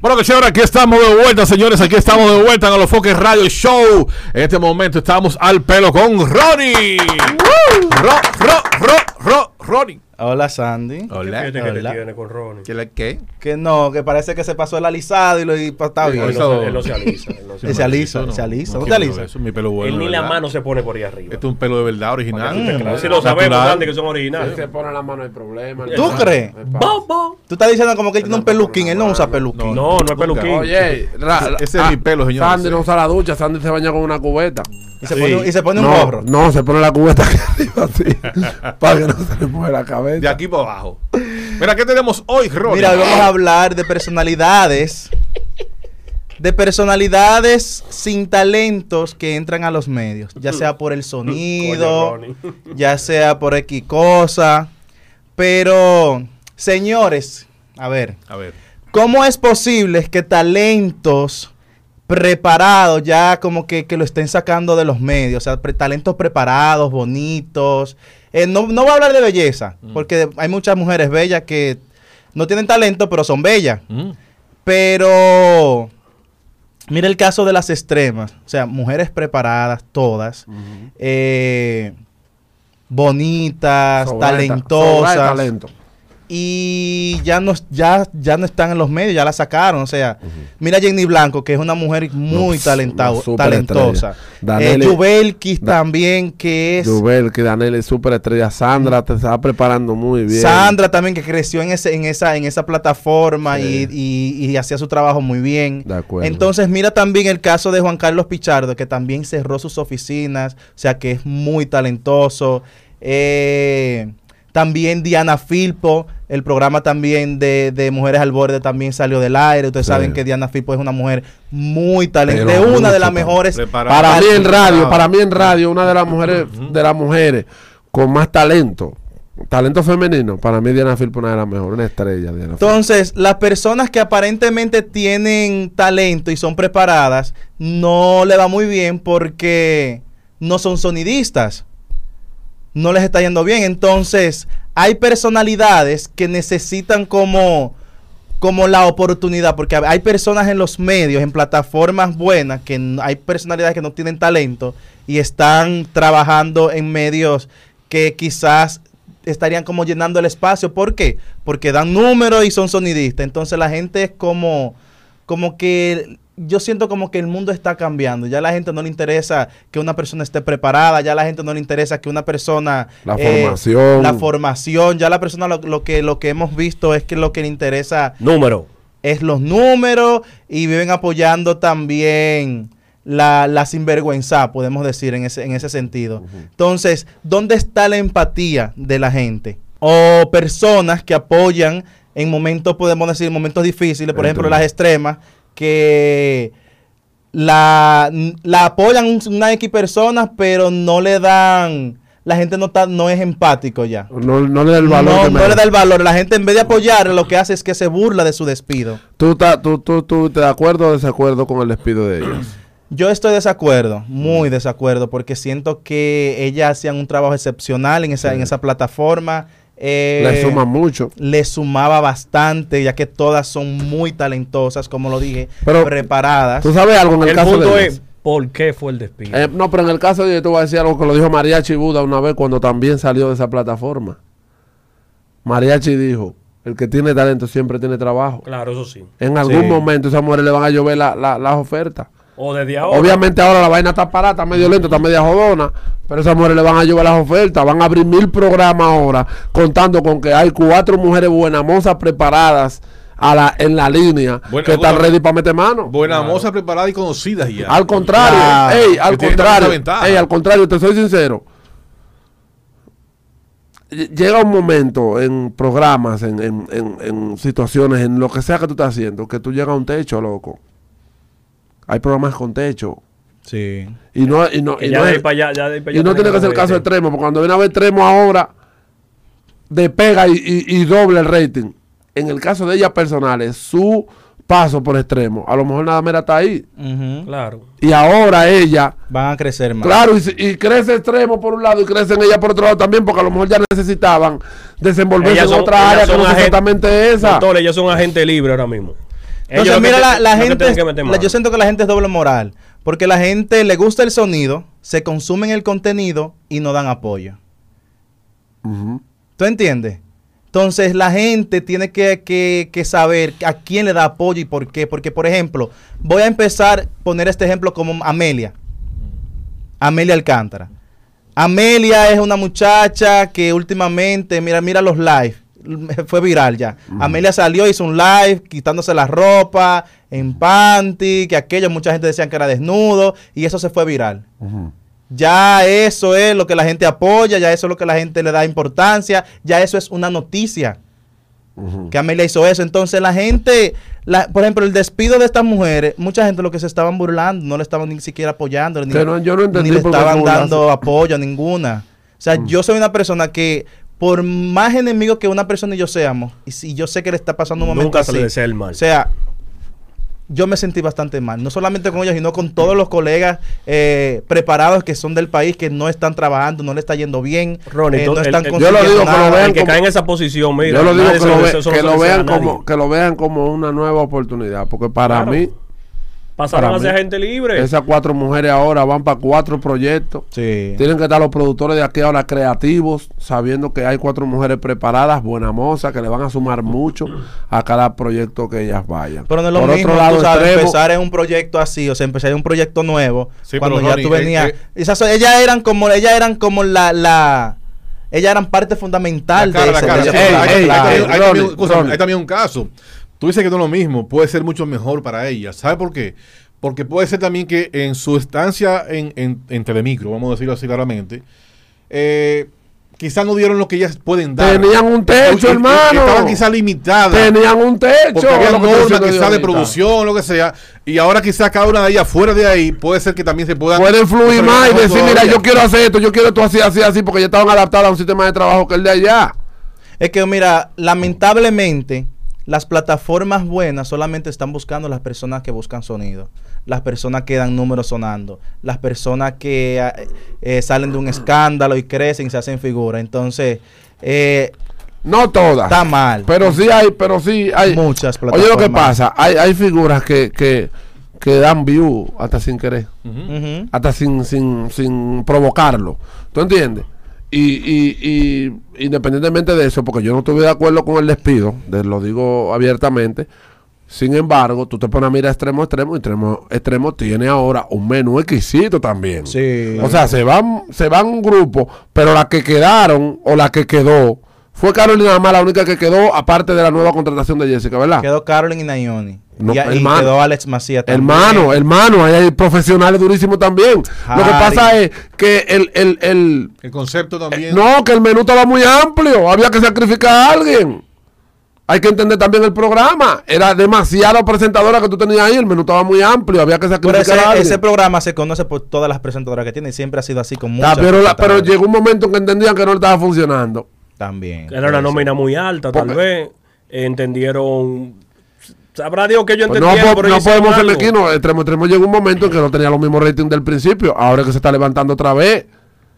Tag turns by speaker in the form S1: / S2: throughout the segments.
S1: Claro que sí, ahora aquí estamos de vuelta, señores. Aquí estamos de vuelta en Alofoque Radio Show. En este momento estamos al pelo con Ronnie. Ro, ro, ro, ro, Ronnie.
S2: Hola Sandy.
S1: Hola.
S3: Fíjate que te
S2: Hola.
S3: tiene con Ronnie.
S1: ¿Qué? le- qué?
S2: Que no, que parece que se pasó el alisado y lo y pa- está
S3: Él no
S2: bien.
S1: Eso-
S3: se- él no se alisa. él no se
S2: Él se
S3: alisa.
S2: alisa,
S1: Eso no,
S2: se alisa.
S1: no
S2: ¿No, te
S1: quiero
S2: alisa?
S1: eso, mi pelo bueno.
S3: Él ni
S1: de
S3: la
S1: verdad.
S3: mano se pone por ahí arriba.
S1: Este es un pelo de verdad original.
S3: Mm,
S1: Natural.
S3: si lo sabemos,
S1: Natural.
S3: Sandy, que son
S4: Si
S3: originales.
S4: se pone la mano el problema.
S3: ¿Tú
S4: hermano.
S2: crees?
S4: Me pasa.
S2: Tú estás diciendo como que él tiene un peluquín, él no usa
S3: No,
S2: peluquín.
S3: no es peluquín.
S4: Oye, ra- ra-
S1: Ese es mi pelo, señor.
S4: Sandy no usa la ducha, Sandy se baña con una cubeta.
S2: Y, se pone, y se pone un
S4: No,
S2: gorro.
S4: no, se pone la cubeta aquí arriba así, para que no se le mueva la cabeza.
S1: De aquí para abajo. Mira, ¿qué tenemos hoy, Ronnie?
S2: Mira, hoy vamos a hablar de personalidades. De personalidades sin talentos que entran a los medios. Ya sea por el sonido,
S3: Coño, Ronnie.
S2: ya sea por X cosa. Pero, señores, a ver.
S1: A ver.
S2: ¿Cómo es posible que talentos preparados, ya como que, que lo estén sacando de los medios? O sea, pre- talentos preparados, bonitos. Eh, no, no voy a hablar de belleza,
S1: Mm.
S2: porque hay muchas mujeres bellas que no tienen talento, pero son bellas.
S1: Mm.
S2: Pero mira el caso de las extremas. O sea, mujeres preparadas, todas. eh, bonitas,
S4: Sobra de ta- sobra de
S2: talentosas
S4: talento.
S2: y ya no, ya, ya no están en los medios, ya la sacaron. O sea, mira a Jenny Blanco, que es una mujer muy
S4: pss,
S2: talentao-
S4: una superestrella.
S2: talentosa. Eh,
S4: Danele-
S2: Yubelkis
S4: Da-
S2: también, que es.
S4: Yubel, que Daniel es súper estrella. Sandra te está preparando muy bien.
S2: Sandra también, que creció en, ese, en, esa, en esa plataforma
S4: Sí.
S2: y, y- y hacía su trabajo muy bien.
S4: De acuerdo.
S2: Entonces, mira también el caso de Juan Carlos Pichardo, que también cerró sus oficinas, o sea que es muy talentoso. Eh, también Diana Filpo, el programa también de, de Mujeres al Borde también salió del aire. Ustedes
S4: Sí.
S2: saben que Diana Filpo es una mujer muy talentosa,
S4: Pero
S2: una de
S4: mucho
S2: las
S4: talento.
S2: mejores.
S1: Preparada.
S4: Para mí en radio,
S2: Preparada.
S4: para mí en radio, una de las mujeres, de las mujeres con más talento, talento femenino, para mí Diana Filpo una de las mejores, una estrella Diana Filpo.
S2: Entonces, las personas que aparentemente tienen talento y son preparadas, no le va muy bien porque no son sonidistas. No les está yendo bien. Entonces, hay personalidades que necesitan como, como la oportunidad, porque hab- hay personas en los medios, en plataformas buenas, que n- hay personalidades que no tienen talento y están trabajando en medios que quizás estarían como llenando el espacio. ¿Por qué? Porque dan números y son sonidistas. Entonces la gente es como, como que yo siento como que el mundo está cambiando. Ya a la gente no le interesa que una persona esté preparada, ya a la gente no le interesa que una persona... eh,
S4: La formación.
S2: La formación, ya la persona lo, lo que, lo que hemos visto es que lo que le interesa
S3: Número.
S2: es los números y viven apoyando también la, la sinvergüenza, podemos decir, en ese, en ese sentido. Entonces, ¿dónde está la empatía de la gente? O personas que apoyan en momentos, podemos decir, momentos difíciles, por ejemplo,
S4: Entiendo.
S2: las extremas, que la, la apoyan un- una X personas, pero no le dan, la gente no, está, no es empático ya.
S4: No, no le da el valor.
S2: No,
S4: que
S2: no
S4: merece.
S2: le da el valor. La gente en vez de apoyar, lo que hace es que se burla de su despido.
S4: ¿Tú, ta- tú, tú, tú te de acuerdo o desacuerdo con el despido de ellas?
S2: Yo estoy desacuerdo, muy desacuerdo, porque siento que ellas hacían un trabajo excepcional en esa, en esa plataforma. Eh,
S4: Le suma mucho.
S2: le sumaba bastante, ya que todas son muy talentosas, como lo dije,
S4: Pero-
S2: preparadas.
S4: ¿Tú sabes algo en el,
S3: El
S4: caso
S3: punto
S4: de
S3: es,
S4: ellas?
S3: ¿por qué fue el despido?
S4: Eh, no, pero en el caso de ellas, tú vas a decir algo que lo dijo Mariachi Buda una vez cuando también salió de esa plataforma. Mariachi dijo, el que tiene talento siempre tiene trabajo.
S3: Claro, eso sí.
S4: En algún
S2: Sí.
S4: momento esas mujeres le van a llover la- la- las ofertas.
S3: O desde ahora.
S4: Obviamente ahora la vaina está parada, está medio lenta, está media jodona, pero esas mujeres le van a llover las ofertas. Van a abrir mil programas ahora contando con que hay cuatro mujeres buenas, mozas preparadas a la, en la línea
S1: Bueno,
S4: que están
S1: alguna-
S4: ready para meter mano.
S1: Buena moza preparada y conocida ya.
S4: Al contrario,
S2: Claro.
S4: ey, al
S1: Que tiene
S4: contrario,
S1: tanta ventaja.
S4: ey, al contrario, te soy sincero. Ll- Llega un momento en programas, en, en- en- en situaciones, en lo que sea que tú estás haciendo, que tú llegas a un techo, loco. Hay programas con techo.
S2: Sí.
S4: Y no, y no,
S3: Que
S4: y
S3: ya
S4: no,
S3: de
S4: es-
S3: ahí para allá, ya de ahí para allá
S4: y
S3: tiene
S4: no tiene que ser el
S3: haber
S4: caso
S3: este.
S4: extremo, porque cuando viene a ver extremo ahora, despega y, y, y dobla el rating. En el caso de ellas personales, su paso por extremo, a lo mejor nada mera está ahí.
S2: Ujú.
S3: Claro.
S4: Y ahora ella,
S2: Van a crecer más.
S4: claro, y, se- y crece extremo por un lado y crece en ella por otro lado también, porque a lo mejor ya necesitaban desenvolverse
S3: Ellas
S4: en
S3: son-
S4: otra
S3: ellas
S4: área que
S3: son
S4: no es
S3: agen-
S4: exactamente esa.
S3: Doctor, ellos son agentes libres ahora mismo.
S2: Entonces,
S3: Ellos lo que
S2: mira,
S3: te-
S2: la, la
S3: lo que
S2: gente.
S3: tienen que meter
S2: la-
S3: mano.
S2: yo siento que la gente es doble moral. Porque la gente le gusta el sonido, se consumen el contenido y no dan apoyo.
S4: Ujú.
S2: ¿Tú entiendes? Entonces la gente tiene que, que- que saber a quién le da apoyo y por qué. Porque, por ejemplo, voy a empezar a poner este ejemplo como Amelia. Amelia Alcántara. Amelia es una muchacha que últimamente, mira, mira los live. Fue viral ya. Amelia salió, hizo un live quitándose la ropa, en panty, que aquello, mucha gente decía que era desnudo, y eso se fue viral. Ya eso es lo que la gente apoya, ya eso es lo que la gente le da importancia, ya eso es una noticia. Que Amelia hizo eso. Entonces la gente, la- por ejemplo, el despido de estas mujeres, mucha gente lo que se estaban burlando, no le estaban ni siquiera apoyando, ni,
S4: Que no- yo no entendí
S2: ni le
S4: por qué se
S2: estaban
S4: burlaron.
S2: dando apoyo a ninguna. O sea,
S4: Mm.
S2: yo soy una persona que, por más enemigos que una persona y yo seamos, y si yo sé que le está pasando un momento
S3: Nunca se le
S2: así,
S3: desea el mal.
S2: o sea, yo me sentí bastante mal, no solamente con ellos, sino con todos los colegas eh, preparados que son del país, que no están trabajando, no le está yendo bien,
S3: Ronnie,
S2: eh,
S3: tú-
S2: no
S3: el-
S2: están
S3: el-
S4: Yo lo
S2: consiguiendo
S4: digo, pero
S2: nada.
S4: vean
S3: el que
S4: como-
S3: cae en esa posición, mira.
S4: Yo lo digo
S3: nadie
S4: que
S3: se
S4: lo, ve-
S3: eso no
S4: que
S3: se
S4: lo
S3: desea a
S4: vean
S3: nadie.
S4: como, que lo vean como una nueva oportunidad, porque para
S3: Claro.
S4: mí
S3: Pasaron
S4: para
S3: a ser
S4: mí.
S3: gente libre.
S4: esas cuatro mujeres ahora van para cuatro proyectos.
S2: Sí.
S4: Tienen que estar los productores de aquí ahora creativos, sabiendo que hay cuatro mujeres preparadas, buenas mozas, que le van a sumar mucho a cada proyecto que ellas vayan.
S2: Pero no es lo
S4: Por
S2: mismo,
S4: otro lado,
S2: tú sabes,
S4: extremo,
S2: empezar en un proyecto así, o sea, empezar en un proyecto nuevo,
S1: Sí,
S2: cuando
S1: pero,
S2: ya
S1: Ronnie,
S2: tú
S1: eh,
S2: venías...
S1: eh.
S2: esas, son- ellas eran como, ellas eran como la... la ellas eran parte
S1: La
S2: fundamental
S1: cara,
S2: de
S1: la
S2: ese-
S1: cara,
S2: de
S1: sí,
S2: ese
S1: pero
S4: ey,
S1: hay-
S2: proyecto.
S1: hay
S4: ey,
S1: también- hay
S2: Claro.
S1: también-
S4: Ronnie,
S1: escúchame,
S4: Ronnie.
S1: Hay también un caso. Tú dices que no es lo mismo, puede ser mucho mejor para ella. ¿Sabe por qué? Porque puede ser también que en su estancia en, en, en Telemicro, vamos a decirlo así claramente, eh, quizás no dieron lo que ellas pueden dar.
S4: Tenían un techo,
S1: Y- y- y
S4: hermano.
S1: Estaban quizás limitadas.
S4: tenían un techo.
S1: Porque había
S4: lo que estoy
S1: normas
S4: diciendo yo
S1: quizás de
S4: ahorita.
S1: producción, lo que sea. Y ahora quizás cada una de ellas fuera de ahí, puede ser que también se pueda...
S4: Pueden fluir
S1: desarrollar
S4: más y
S1: mejor
S4: decir, mira,
S1: todavía.
S4: yo quiero hacer esto, yo quiero esto así, así, así, porque ya estaban adaptadas a un sistema de trabajo que el de allá.
S2: Es que mira, lamentablemente las plataformas buenas solamente están buscando las personas que buscan sonido, las personas que dan números sonando, las personas que ah, eh, salen de un escándalo y crecen y se hacen figura. Entonces, eh,
S4: No todas.
S2: está mal.
S4: Pero sí hay, pero sí hay.
S2: Muchas
S4: Oye, lo que
S2: plataformas.
S4: pasa, hay, hay figuras que, que, que dan view hasta sin querer,
S2: Mm.
S1: Ujú.
S2: Ujú.
S4: hasta sin, sin, sin provocarlo. ¿Tú entiendes? Y, y, y independientemente de eso, porque yo no estuve de acuerdo con el despido, de- lo digo abiertamente. Sin embargo, tú te pones a mirar extremo extremo y extremo extremo tiene ahora un menú exquisito también.
S2: Sí.
S4: O sea, se van, se van un grupo, pero la que quedaron o la que quedó fue Carolina Más la única que quedó, aparte de la nueva contratación de Jessica, ¿verdad?
S2: Quedó Carolyn y Nayoni.
S4: No,
S2: y, y
S4: hermano.
S2: quedó Alex Macías también.
S4: Hermano, hermano, ahí hay profesionales durísimos también. Lo que
S2: Harry.
S4: pasa es que el, el, el-
S1: El concepto también...
S4: no, que el menú estaba muy amplio, había que sacrificar a alguien. Hay que entender también el programa. Era demasiada presentadora que tú tenías ahí, el menú estaba muy amplio, había que
S2: Pero
S4: sacrificar
S2: ese,
S4: a alguien.
S2: ese programa se conoce por todas las presentadoras que tiene y siempre ha sido así con
S4: Ah,
S2: muchas.
S4: pero, la- pero
S2: presentadoras.
S4: llegó un momento en que entendían que no le estaba funcionando.
S2: También.
S3: Era una nómina muy alta, tal
S4: Porque-
S3: vez. Entendieron. Sabrá Dios que yo
S4: Pues no,
S3: entendieron.
S4: po-
S3: pero
S4: no
S3: hicieron
S4: podemos ser
S3: algo.
S4: mequinos. Extremo Extremo llegó un momento en que no tenía los mismos ratings del principio. Ahora es que se está levantando otra vez.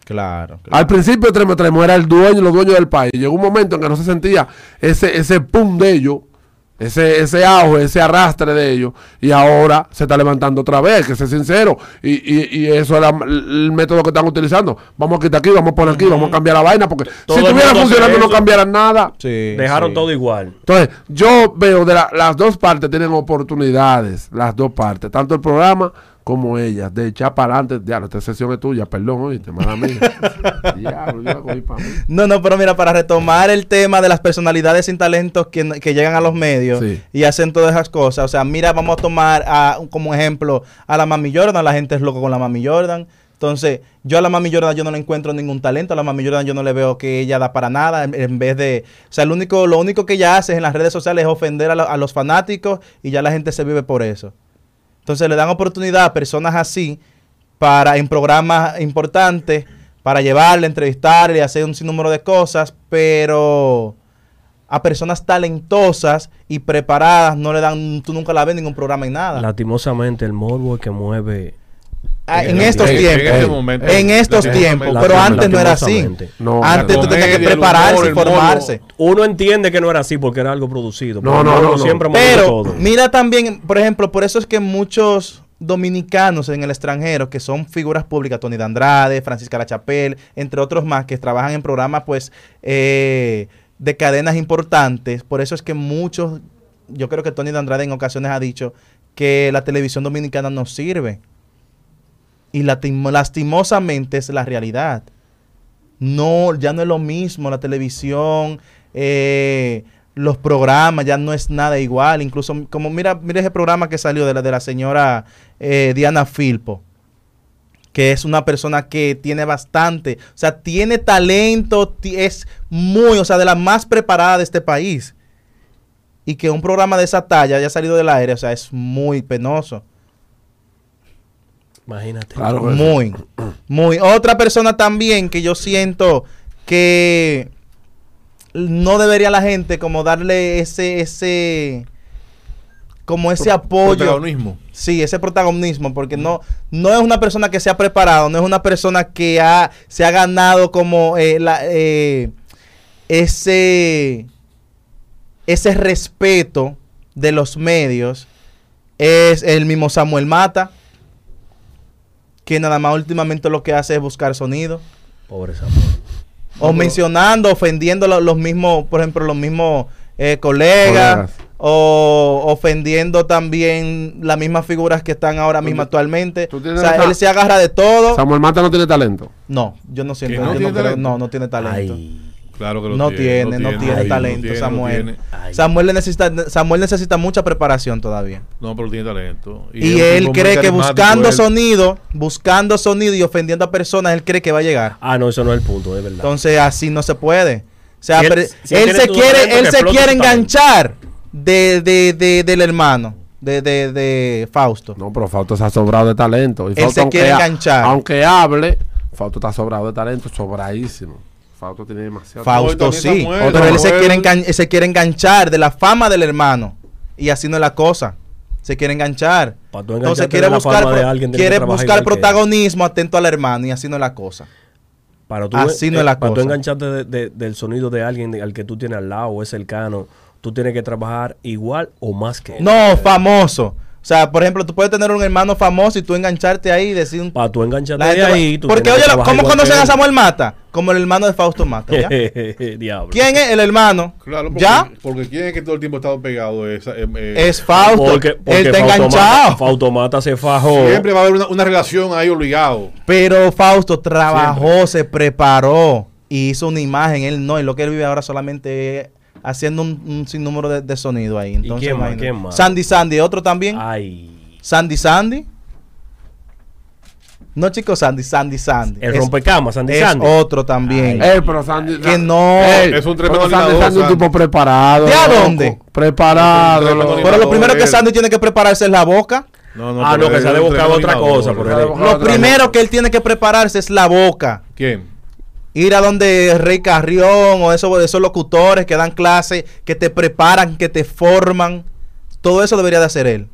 S2: Claro.
S4: Al principio Extremo Extremo era el dueño, los dueños del país. Llegó un momento en que no se sentía ese, ese pum de ellos, ese, ese auge, ese arrastre de ellos. Y ahora se está levantando otra vez, que sé sincero. Y, y- y eso era el método que están utilizando. Vamos a quitar aquí, vamos a poner aquí, vamos a cambiar la vaina. Porque
S3: Todo
S4: si
S3: el
S4: estuviera
S3: mundo hace
S4: funcionando no
S3: eso.
S4: cambiaran nada.
S2: Sí,
S3: Dejaron
S2: sí.
S3: todo igual.
S4: Entonces, yo veo de la- las dos partes tienen oportunidades, las dos partes, tanto el programa como ellas, de echar para adelante. Diablo, esta sesión es tuya, perdón, oíste, mala mía. Diablo, yo la cogí pa' mí.
S2: No, no, pero mira, para retomar el tema de las personalidades sin talentos que, n- que llegan a los medios
S4: Sí.
S2: y hacen todas esas cosas. O sea, mira, vamos a tomar a- como ejemplo a la Mami Jordan. La gente es loca con la Mami Jordan. Entonces, yo a la Mami Jordan yo no le encuentro ningún talento. A la Mami Jordan yo no le veo que ella da para nada. En, en vez de... O sea, lo único, lo único que ella hace en las redes sociales es ofender a, lo- a los fanáticos y ya la gente se vive por eso. Entonces, le dan oportunidad a personas así para en programas importantes para llevarle, entrevistarle, hacer un sinnúmero de cosas, pero a personas talentosas y preparadas no le dan, tú nunca la ves en ningún programa y nada.
S3: Lastimosamente, el morbo es que mueve
S2: ah, en
S1: Ey,
S2: estos
S1: ey, en
S2: tiempos.
S1: este momento.
S2: En estos
S1: La-
S2: tiempos.
S1: la-
S2: Pero
S1: la-
S2: antes no era así.
S3: Lastimosamente.
S4: No,
S2: Antes
S1: la
S2: tú tenías que
S1: comedia, el humor,
S2: prepararse,
S1: el
S2: formarse.
S3: Uno entiende que no era así porque era algo producido.
S4: No,
S3: pero
S4: no,
S3: uno
S4: no, no.
S3: Siempre hemos visto
S2: Pero
S3: todo.
S2: mira también, por ejemplo, por eso es que muchos dominicanos en el extranjero, que son figuras públicas, Tony de Andrade, Francisca La Chapelle, entre otros más, que trabajan en programas pues eh, de cadenas importantes, por eso es que muchos, yo creo que Tony de Andrade en ocasiones ha dicho que la televisión dominicana no sirve. Y latimo- lastimosamente es la realidad. No, ya no es lo mismo la televisión, eh, los programas, ya no es nada igual. Incluso, como mira, mira ese programa que salió de la, de la señora eh, Diana Filpo, que es una persona que tiene bastante, o sea, tiene talento, ti- es muy, o sea, de las más preparadas de este país. Y que un programa de esa talla haya salido del aire, o sea, es muy penoso.
S3: Imagínate.
S4: Claro que sí.
S2: Muy, muy. Otra persona también que yo siento que no debería la gente como darle ese, ese, como ese apoyo.
S1: Protagonismo.
S2: Sí, ese protagonismo, porque no, no es una persona que se ha preparado, no es una persona que ha, se ha ganado como eh, la, eh, ese, ese respeto de los medios. Es el mismo Samuel Mata, que nada más últimamente lo que hace es buscar sonido.
S3: Pobre Samuel.
S2: O mencionando, ofendiendo lo- los mismos, por ejemplo, los mismos eh, colegas,
S4: Colegas.
S2: O ofendiendo también las mismas figuras que están ahora mismo actualmente.
S4: tú
S2: O
S4: tienes
S2: sea,
S4: razón.
S2: él se agarra de todo.
S4: Samuel Mata no tiene talento.
S2: no, yo no siento.
S1: ¿Que no
S2: yo
S1: tiene
S2: no, creo-
S1: talento?
S2: no, no tiene talento.
S3: Ay.
S1: Claro que lo
S2: no
S1: tiene.
S2: tiene, no tiene,
S1: Ay,
S2: talento,
S1: no tiene, no
S2: Samuel.
S1: tiene.
S3: Ay.
S2: Samuel, le necesita, Samuel necesita mucha preparación todavía.
S1: No, pero tiene talento.
S2: Y,
S1: es un
S2: él
S1: tipo muy
S2: cree que
S1: carismático,
S2: buscando
S1: él.
S2: sonido, buscando sonido y ofendiendo a personas, él cree que va a llegar.
S3: Ah, no, eso no es el punto, de verdad.
S2: Entonces así no se puede. O sea,
S3: Si él-
S2: pero él,
S3: si él tiene
S2: se
S3: tu
S2: quiere,
S3: talento,
S2: él
S3: que
S2: se
S3: explote
S2: quiere
S3: tu talento.
S2: enganchar de, de- de- del hermano, de, de- de Fausto.
S4: No, pero Fausto se ha sobrado de talento. Y
S2: se
S4: Fausto, aunque
S2: quiere
S4: ha-
S2: enganchar.
S4: Aunque hable, Fausto está sobrado de talento, sobradísimo. Fausto tiene demasiado
S1: Fausto también
S2: Fausto sí,
S1: Samuel,
S2: pero él se
S1: Samuel.
S2: quiere, engan- él se quiere enganchar de la fama del hermano. Y así no es la cosa. Se quiere enganchar.
S3: Pa' tú
S2: Entonces
S3: engancharte
S2: quiere
S3: de la
S2: buscar,
S3: fama de
S2: pro-
S3: alguien, tienes que
S2: quiere
S3: trabajar
S2: buscar
S3: igual que él.
S2: protagonismo atento al hermano y así no es la cosa.
S3: Para tú,
S2: Así no es la
S3: para tú
S2: cosa.
S3: engancharte de- de- del sonido de alguien de- al que tú tienes al lado o es cercano, tú tienes que trabajar igual o más que él.
S2: No, famoso. O sea, por ejemplo, tú puedes tener un hermano famoso y tú engancharte ahí y decir un
S3: Para tú engancharte
S2: La
S3: de
S2: gente va-
S3: ahí, tú
S2: porque oye,
S3: tienes que
S2: lo-
S3: trabajar
S2: ¿cómo
S3: igual
S2: conocen
S3: que
S2: a
S3: él.
S2: Samuel Mata? Como el hermano de Fausto Mata. ¿ya?
S3: Diablo.
S2: ¿Quién es el hermano?
S1: Claro, porque,
S2: ¿Ya?
S1: porque quién es que todo el tiempo ha estado pegado. Es, eh, eh,
S2: Es Fausto.
S3: Porque, porque
S2: Él está
S3: Fautomata-
S2: enganchado.
S3: Fautomata se fajó.
S1: Siempre va a haber una, una relación ahí obligado.
S2: Pero Fausto trabajó, se preparó y hizo una imagen. Él no, es lo que él vive ahora solamente es haciendo un, un sinnúmero de, de sonido ahí. Entonces,
S3: quién más?
S2: imagínate.
S3: ¿Quién más? Ah.
S2: Sandy Sandy, otro también.
S3: Ay.
S2: Sandy Sandy. No, chicos, Sandy, Sandy, Sandy.
S3: El
S2: Es-
S3: rompecamas, Sandy
S2: es
S3: Sandy.
S2: otro también.
S4: Eh, pero Sandy.
S2: Que no.
S1: Es un tremendo
S4: pero Sandy,
S1: animador,
S4: Sandy es un
S1: Sandy.
S4: tipo preparado.
S2: ¿De a
S4: loco.
S2: dónde?
S1: Es un
S4: Preparado.
S1: tremendo
S4: loco.
S1: animador.
S2: Pero lo primero que
S1: Él-
S2: Sandy tiene que prepararse es la boca.
S1: No,
S3: Ah,
S1: pero
S3: no, que
S1: él
S3: se ha de
S1: es un
S3: buscar
S1: tremendo
S3: otra
S1: animador,
S3: cosa,
S1: bro.
S3: por ahí.
S4: Ojalá
S2: Lo
S4: otra
S2: primero que él tiene que prepararse es la boca.
S1: ¿Quién?
S2: Ir a donde Rey Carrión o esos, esos locutores que dan clase, que te preparan, que te forman. Todo eso debería de hacer él.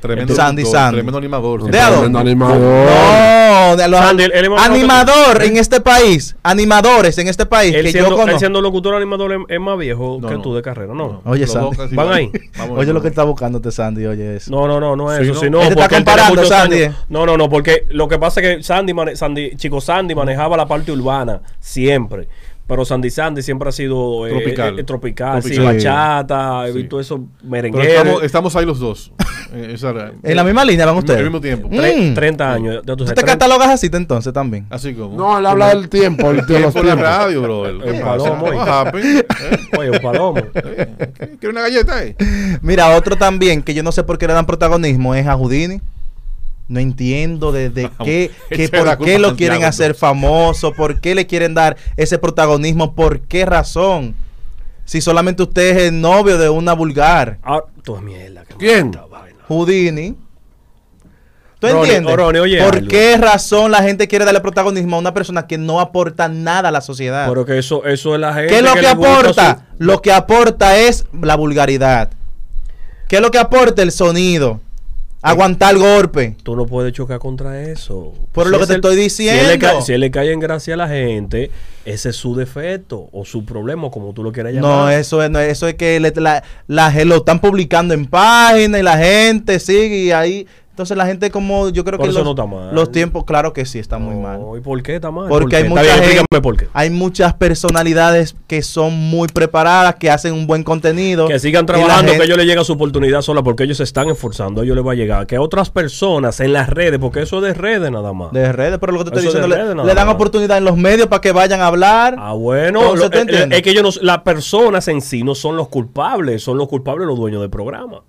S1: Tremendo
S2: Sandy,
S1: locutor,
S2: Sandy.
S1: Tremendo animador.
S2: ¿De a dónde?
S4: Tremendo animador.
S2: No, de los
S3: Oh. Sandy, él- él es más
S2: animador en este país, animadores en este país
S3: Él
S2: que
S3: siendo,
S2: yo
S3: él
S2: conozco.
S3: siendo locutor animador es, es más viejo que tú de carrera, ¿no?
S2: Oye,
S1: Los
S2: Sandy.
S1: dos casi
S3: Van
S1: igual.
S3: ahí.
S1: Vamos,
S2: Oye, lo
S1: vamos.
S2: que está buscándote, Sandy, oye eso.
S3: No, no, no, no es
S1: Sí,
S3: eso.
S1: ¿no?
S3: sino
S2: Él te está
S3: porque él tiene
S2: comparando,
S3: muchos
S2: Sandy.
S3: años. No, no, no, porque lo que pasa es que Sandy, mane- Sandy- Chico Sandy manejaba la parte urbana siempre. Pero Sandy Sandy siempre ha sido eh,
S1: Tropical.
S3: eh, tropical, sí,
S1: Tropical.
S3: bachata,
S1: Sí.
S3: y todo eso
S1: Pero
S3: merengue.
S1: estamos, estamos ahí los dos. Eh, esa era-
S2: En la misma línea van ustedes.
S1: Al mismo tiempo.
S2: Mm.
S3: 30 años. ya tú
S2: ¿Tú
S3: sabes,
S2: te
S3: 30
S2: catalogas así te, entonces también?
S1: Así como.
S4: No, él habla del tiempo, el- de los
S1: por la
S4: tiempos.
S1: radio, bro. ¿Qué
S3: El
S1: pasa?
S3: palomo,
S1: What
S3: eh.
S1: happened? ¿Eh?
S3: Oye, un palomo.
S1: ¿Qué? ¿Quiere una galleta? eh?
S2: Mira, otro también que yo no sé por qué le dan protagonismo es a Houdini. No entiendo de, de qué,
S1: Esa
S2: que
S1: es
S2: por
S1: la
S2: qué
S1: culpa
S2: lo
S1: del
S2: quieren
S1: diablo.
S2: hacer famoso, por qué le quieren dar ese protagonismo, por qué razón. Si solamente usted es el novio de una vulgar,
S3: Ah, tú es mierda. que
S4: ¿Quién?
S3: maldita vaina.
S2: Houdini. ¿Tú
S3: Ronnie,
S2: entiendes?
S3: oh, Ronnie, oye
S2: ¿Por
S3: algo.
S2: qué razón la gente quiere darle protagonismo a una persona que no aporta nada a la sociedad?
S3: Pero que eso, eso es la gente.
S2: ¿Qué es lo que,
S3: le gusta
S2: aporta?
S3: su-
S2: Lo que aporta es la vulgaridad. ¿Qué es lo que aporta el sonido? aguantar golpe.
S3: Tú no puedes chocar contra eso.
S2: Pero lo que
S3: es
S2: te estoy diciendo.
S3: Si él, le ca- si él le cae en gracia a la gente, ese es su defecto o su problema, como tú lo quieras llamar.
S2: No, eso es, no, eso es que le- la, la- lo están publicando en página y la gente sigue y ahí. Entonces la gente como yo creo
S3: Pero
S2: que
S3: eso
S2: los,
S3: no está mal.
S2: los tiempos, claro que sí, está muy
S3: No,
S2: mal.
S3: ¿Y por qué está mal?
S2: Porque
S3: ¿Por qué?
S2: hay
S3: Está
S2: mucha
S3: bien,
S2: gente-
S3: explícame por qué.
S2: Hay muchas personalidades que son muy preparadas, que hacen un buen contenido.
S3: Que
S2: y
S3: sigan
S2: la
S3: trabajando, que
S2: gente-
S3: a ellos les llega su oportunidad sola porque ellos se están esforzando, a ellos les va a llegar. Que otras personas en las redes, porque eso es de redes nada más.
S2: De redes, pero lo que te estoy
S3: Eso de
S2: diciendo, le-
S3: redes,
S2: le,
S3: nada
S2: dan
S3: más.
S2: oportunidad en los medios para que vayan a hablar.
S3: Ah, bueno,
S2: Entonces,
S3: lo-
S2: ¿tú
S3: eh,
S2: entiendes?
S3: es que ellos no, las personas en sí no son los culpables, son los culpables los dueños del programa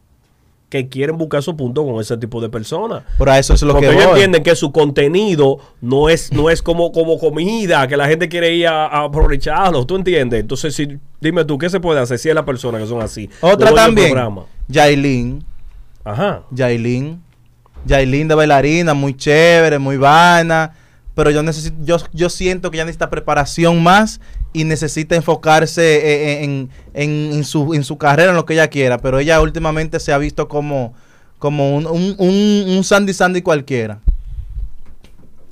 S3: que quieren buscar su punto con ese tipo de personas.
S2: Por eso es lo
S3: Porque
S2: que
S3: ellos
S2: voy.
S3: entienden que su contenido no es, no es como, como comida, que la gente quiere ir a, a aprovecharlo, ¿tú entiendes? Entonces, si, dime tú, ¿qué se puede hacer si es la persona que son así?
S2: Otra
S3: Los dueños del
S2: también.
S3: programa.
S2: Yailin.
S3: Ajá.
S2: Yailin. Yailin de bailarina, muy chévere, muy vana. Pero yo necesito, yo, yo siento que ya necesita preparación más y necesita enfocarse eh, eh, en, en- en su, en su carrera, en lo que ella quiera. Pero ella últimamente se ha visto como, como un, un, un, un Sandy Sandy cualquiera.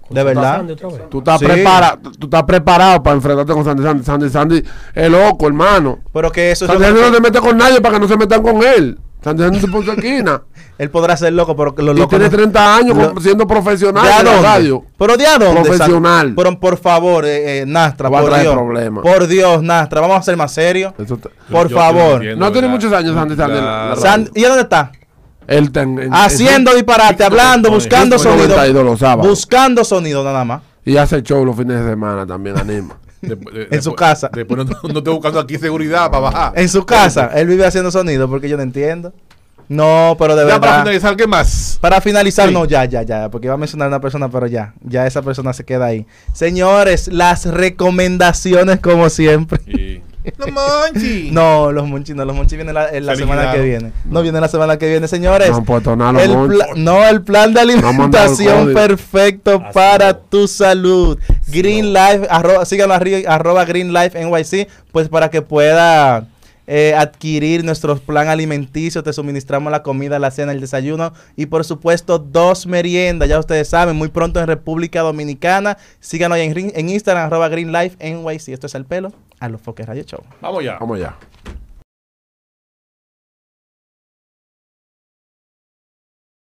S2: De verdad.
S4: Tú estás,
S2: Sí.
S4: prepara- tú estás preparado para enfrentarte con Sandy Sandy. Sandy Sandy es loco, hermano.
S2: Pero que eso es lo
S4: Sandy Sandy
S2: que-
S4: no te mete con nadie para que no se metan con él. Sandy Sandy se puso esquina.
S2: él podrá ser loco, pero que los
S4: y
S2: locos.
S4: tiene
S2: no-
S4: 30 años
S2: lo-
S4: como- siendo profesional
S2: ¿De a
S4: en la
S2: dónde?
S4: radio.
S2: Pero de a dónde,
S4: Profesional.
S2: San- Pero por favor, eh, eh, Nastra,
S4: Va a
S2: por
S4: traer
S2: Dios.
S4: problemas.
S2: Por Dios, Nastra, vamos a ser más serios.
S4: Eso está-
S2: Por
S1: Yo- yo
S2: favor.
S1: entiendo,
S4: No tiene
S1: ¿verdad?
S4: muchos años Sandy Sandy en la- la radio.
S2: San- ¿Y dónde está?
S4: Él está en- en-
S2: Haciendo disparate, hablando,
S1: Oye,
S2: buscando
S4: Houston
S2: sonido.
S4: 92 los sábados.
S2: Buscando sonido nada más.
S4: Y hace show los fines de semana también, anima.
S1: De- de-
S2: En su
S1: después-
S2: casa.
S1: Después no, no estoy buscando aquí seguridad para bajar.
S2: En su casa, él vive haciendo sonido porque yo no entiendo. No, pero de
S1: Ya para
S2: verdad.
S1: finalizar, ¿qué más?
S2: Para finalizar,
S1: Sí.
S2: no, ya, ya, ya, porque iba a mencionar una persona, pero ya, ya esa persona se queda ahí. Señores, las recomendaciones como siempre.
S1: No manches.
S2: No, los monchis no, los monchis vienen la, en la
S1: Se
S2: semana que
S1: liquidaron.
S2: viene. No viene la semana que viene, señores.
S4: No han puesto nada los
S2: El
S4: Monchis.
S2: pla- no, el plan de
S4: han mandado el
S2: alimentación
S4: código.
S2: perfecto
S3: Así
S2: para
S3: no.
S2: tu salud. Green Life, arroba, síganlo arri- arroba Green Life NYC, pues para que pueda eh, adquirir nuestro plan alimenticio. Te suministramos la comida, la cena, el desayuno y por supuesto dos meriendas. Ya ustedes saben, muy pronto en República Dominicana. Síganos en, rin- en Instagram, arroba Green Life NYC. Esto es al pelo, a los Foques Radio Show.
S1: Vamos ya.
S4: Vamos ya.